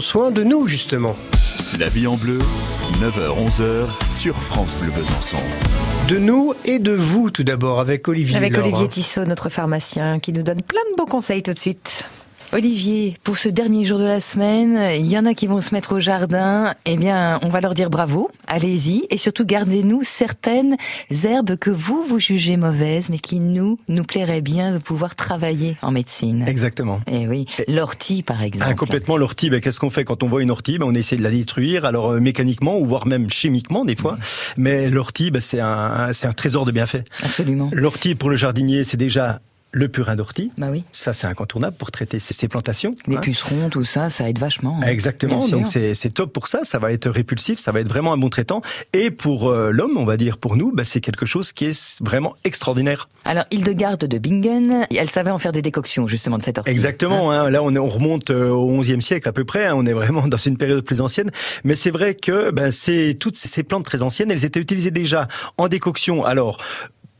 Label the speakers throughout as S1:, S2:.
S1: soin de nous justement,
S2: La vie en bleu, 9h-11h sur France Bleu Besançon.
S1: de nous et de vous tout d'abord avec Olivier.
S3: Avec
S1: Laure,
S3: Olivier
S1: hein.
S3: Tissot, notre pharmacien, qui nous donne plein de beaux conseils tout de suite.
S4: Olivier, pour ce dernier jour de la semaine, il y en a qui vont se mettre au jardin. Eh bien, on va leur dire bravo, allez-y, et surtout gardez-nous certaines herbes que vous, vous jugez mauvaises, mais qui nous, nous plairaient bien de pouvoir travailler en médecine.
S5: Exactement.
S4: Eh oui, l'ortie par exemple.
S5: Ah, complètement l'ortie, ben, qu'est-ce qu'on fait quand on voit une ortie ben, On essaie de la détruire, alors euh, mécaniquement ou voire même chimiquement des fois. Mais l'ortie, ben, c'est un, c'est un trésor de bienfaits.
S4: Absolument.
S5: L'ortie pour le jardinier, c'est déjà le purin d'ortie.
S4: Bah oui,
S5: Ça, c'est incontournable pour traiter ces, ces plantations.
S4: les
S5: hein.
S4: pucerons, tout ça, ça aide vachement. hein.
S5: Ah, Exactement,
S4: Bien
S5: donc
S4: sûr.
S5: c'est c'est top pour ça, ça va être répulsif, ça va être vraiment un bon traitant. Et pour euh, l'homme, on va dire pour nous, ben, c'est quelque chose qui est vraiment extraordinaire.
S4: Alors, Hildegarde de Bingen, elle savait en faire des décoctions justement de cette ortie.
S5: Exactement. hein. là, on, est- on remonte euh, au XIe siècle à peu près. hein. on est vraiment dans une période plus ancienne. Mais c'est vrai que ben, c'est toutes ces- ces plantes très anciennes, elles étaient utilisées déjà en décoction. Alors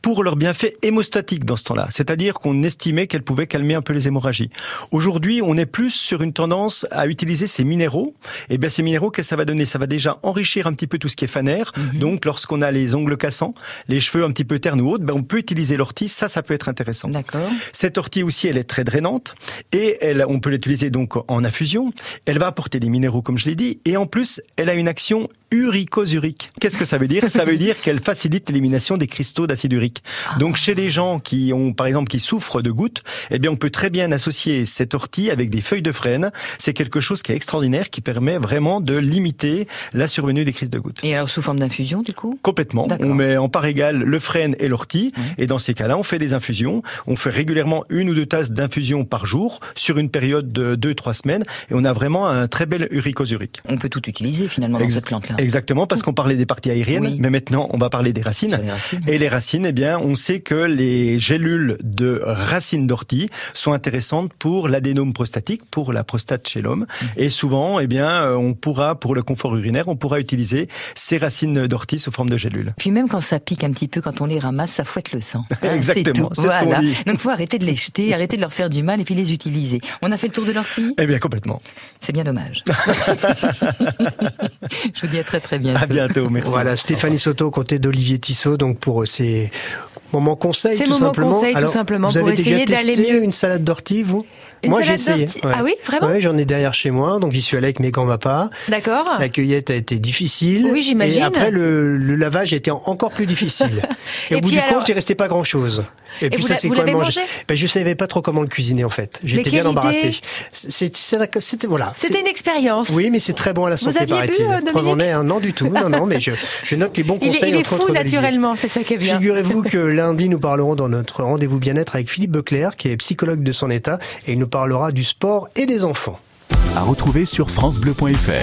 S5: pour leurs bienfaits hémostatiques dans ce temps-là, c'est-à-dire qu'on estimait qu'elles pouvaient calmer un peu les hémorragies. Aujourd'hui, on est plus sur une tendance à utiliser ces minéraux. Et bien, ces minéraux, qu'est-ce que ça va donner Ça va déjà enrichir un petit peu tout ce qui est fanaire. Donc, lorsqu'on a les ongles cassants, les cheveux un petit peu ternes ou autres, ben, on peut utiliser l'ortie. Ça, ça peut être intéressant.
S4: D'accord.
S5: Cette ortie aussi, elle est très drainante et elle, on peut l'utiliser donc en infusion. Elle va apporter des minéraux, comme je l'ai dit, et en plus, elle a une action uricosurique. Qu'est-ce que ça veut dire Ça veut dire qu'elle facilite l'élimination des cristaux d'acide urique. Donc, chez les gens qui ont, par exemple, qui souffrent de gouttes, eh bien, on peut très bien associer cette ortie avec des feuilles de frêne. C'est quelque chose qui est extraordinaire, qui permet vraiment de limiter la survenue des crises de gouttes.
S4: Et alors, sous forme d'infusion du coup
S5: Complètement.
S4: D'accord.
S5: On met en part égale le frêne et l'ortie. Et dans ces cas-là, on fait des infusions. On fait régulièrement une ou deux tasses d'infusion par jour sur une période de deux, trois semaines. Et on a vraiment un très bel uricosurique.
S4: On peut tout utiliser finalement dans
S5: Ex-
S4: cette plante-là.
S5: Exactement, parce qu'on parlait des parties aériennes,
S4: Ah. Mm. Oui.
S5: mais maintenant on va parler des
S4: Sur
S5: racines.
S4: les racines.
S5: Et les racines, eh bien, on sait que les gélules de racines d'ortie sont intéressantes pour l'adénome prostatique, pour la prostate chez l'homme.
S4: Mm.
S5: Et souvent, eh bien, euh, on pourra, pour le confort urinaire, on pourra utiliser ces racines d'ortie sous forme de gélules.
S4: Puis même quand ça pique un petit peu, quand on les ramasse, ça fouette le sang. Hein,
S5: Exactement,
S4: C'est tout.
S5: c'est ce qu'on
S4: Voilà.
S5: dit.
S4: Donc faut arrêter de les jeter, arrêter de leur faire du mal et puis les utiliser. On a fait le tour de l'ortie
S5: Eh bien, complètement.
S4: C'est bien dommage. Je vous dis à très très bientôt.
S5: À bientôt, merci.
S1: Voilà, Stéphanie Soto, comptez d'Olivier Tissot, donc pour euh, ces moments conseils,
S3: Ces
S1: tout
S3: moments
S1: simplement.
S3: conseils, tout
S1: Alors,
S3: simplement,
S1: vous
S3: pour
S1: avez déjà
S3: essayer d'aller
S1: testé
S3: mieux.
S1: une salade d'ortie, vous
S3: Une
S1: Moi, j'ai
S3: salade
S1: essayé.
S3: d'ortie Ah oui, vraiment
S1: Ouais, j'en ai derrière chez moi, donc j'y suis allé avec mes grands papas.
S3: D'accord
S1: La cueillette a été difficile.
S3: Ah. Oui, j'imagine.
S1: Et après, le, le lavage était encore plus difficile. Et,
S3: Et
S1: au bout
S3: puis
S1: du
S3: alors-
S1: compte, il restait pas grand chose. Et,
S3: vous la- vous l'avez mangé
S1: Ben, je savais pas trop comment le cuisiner, en fait. J'étais
S3: quelle
S1: bien
S3: idée
S1: embarrassé. C'est- c'est- C'était, voilà.
S3: C'était une expérience.
S1: Oui, mais c'est très bon à la santé,
S3: aviez bu,
S1: paraît-il.
S3: euh, Dominique
S1: Preuve en est, hein. non du tout. Non, non, mais je, je note les bons
S3: Il est,
S1: conseils
S3: il est
S1: entre autres.
S3: fou
S1: d'Olivier.
S3: naturellement, c'est ça qui est bien.
S1: Figurez-vous que lundi, nous parlerons dans notre rendez-vous bien-être avec Philippe Beclerc, qui est psychologue de son état, et il nous parlera du sport et des enfants.
S2: À retrouver sur FranceBleu.fr.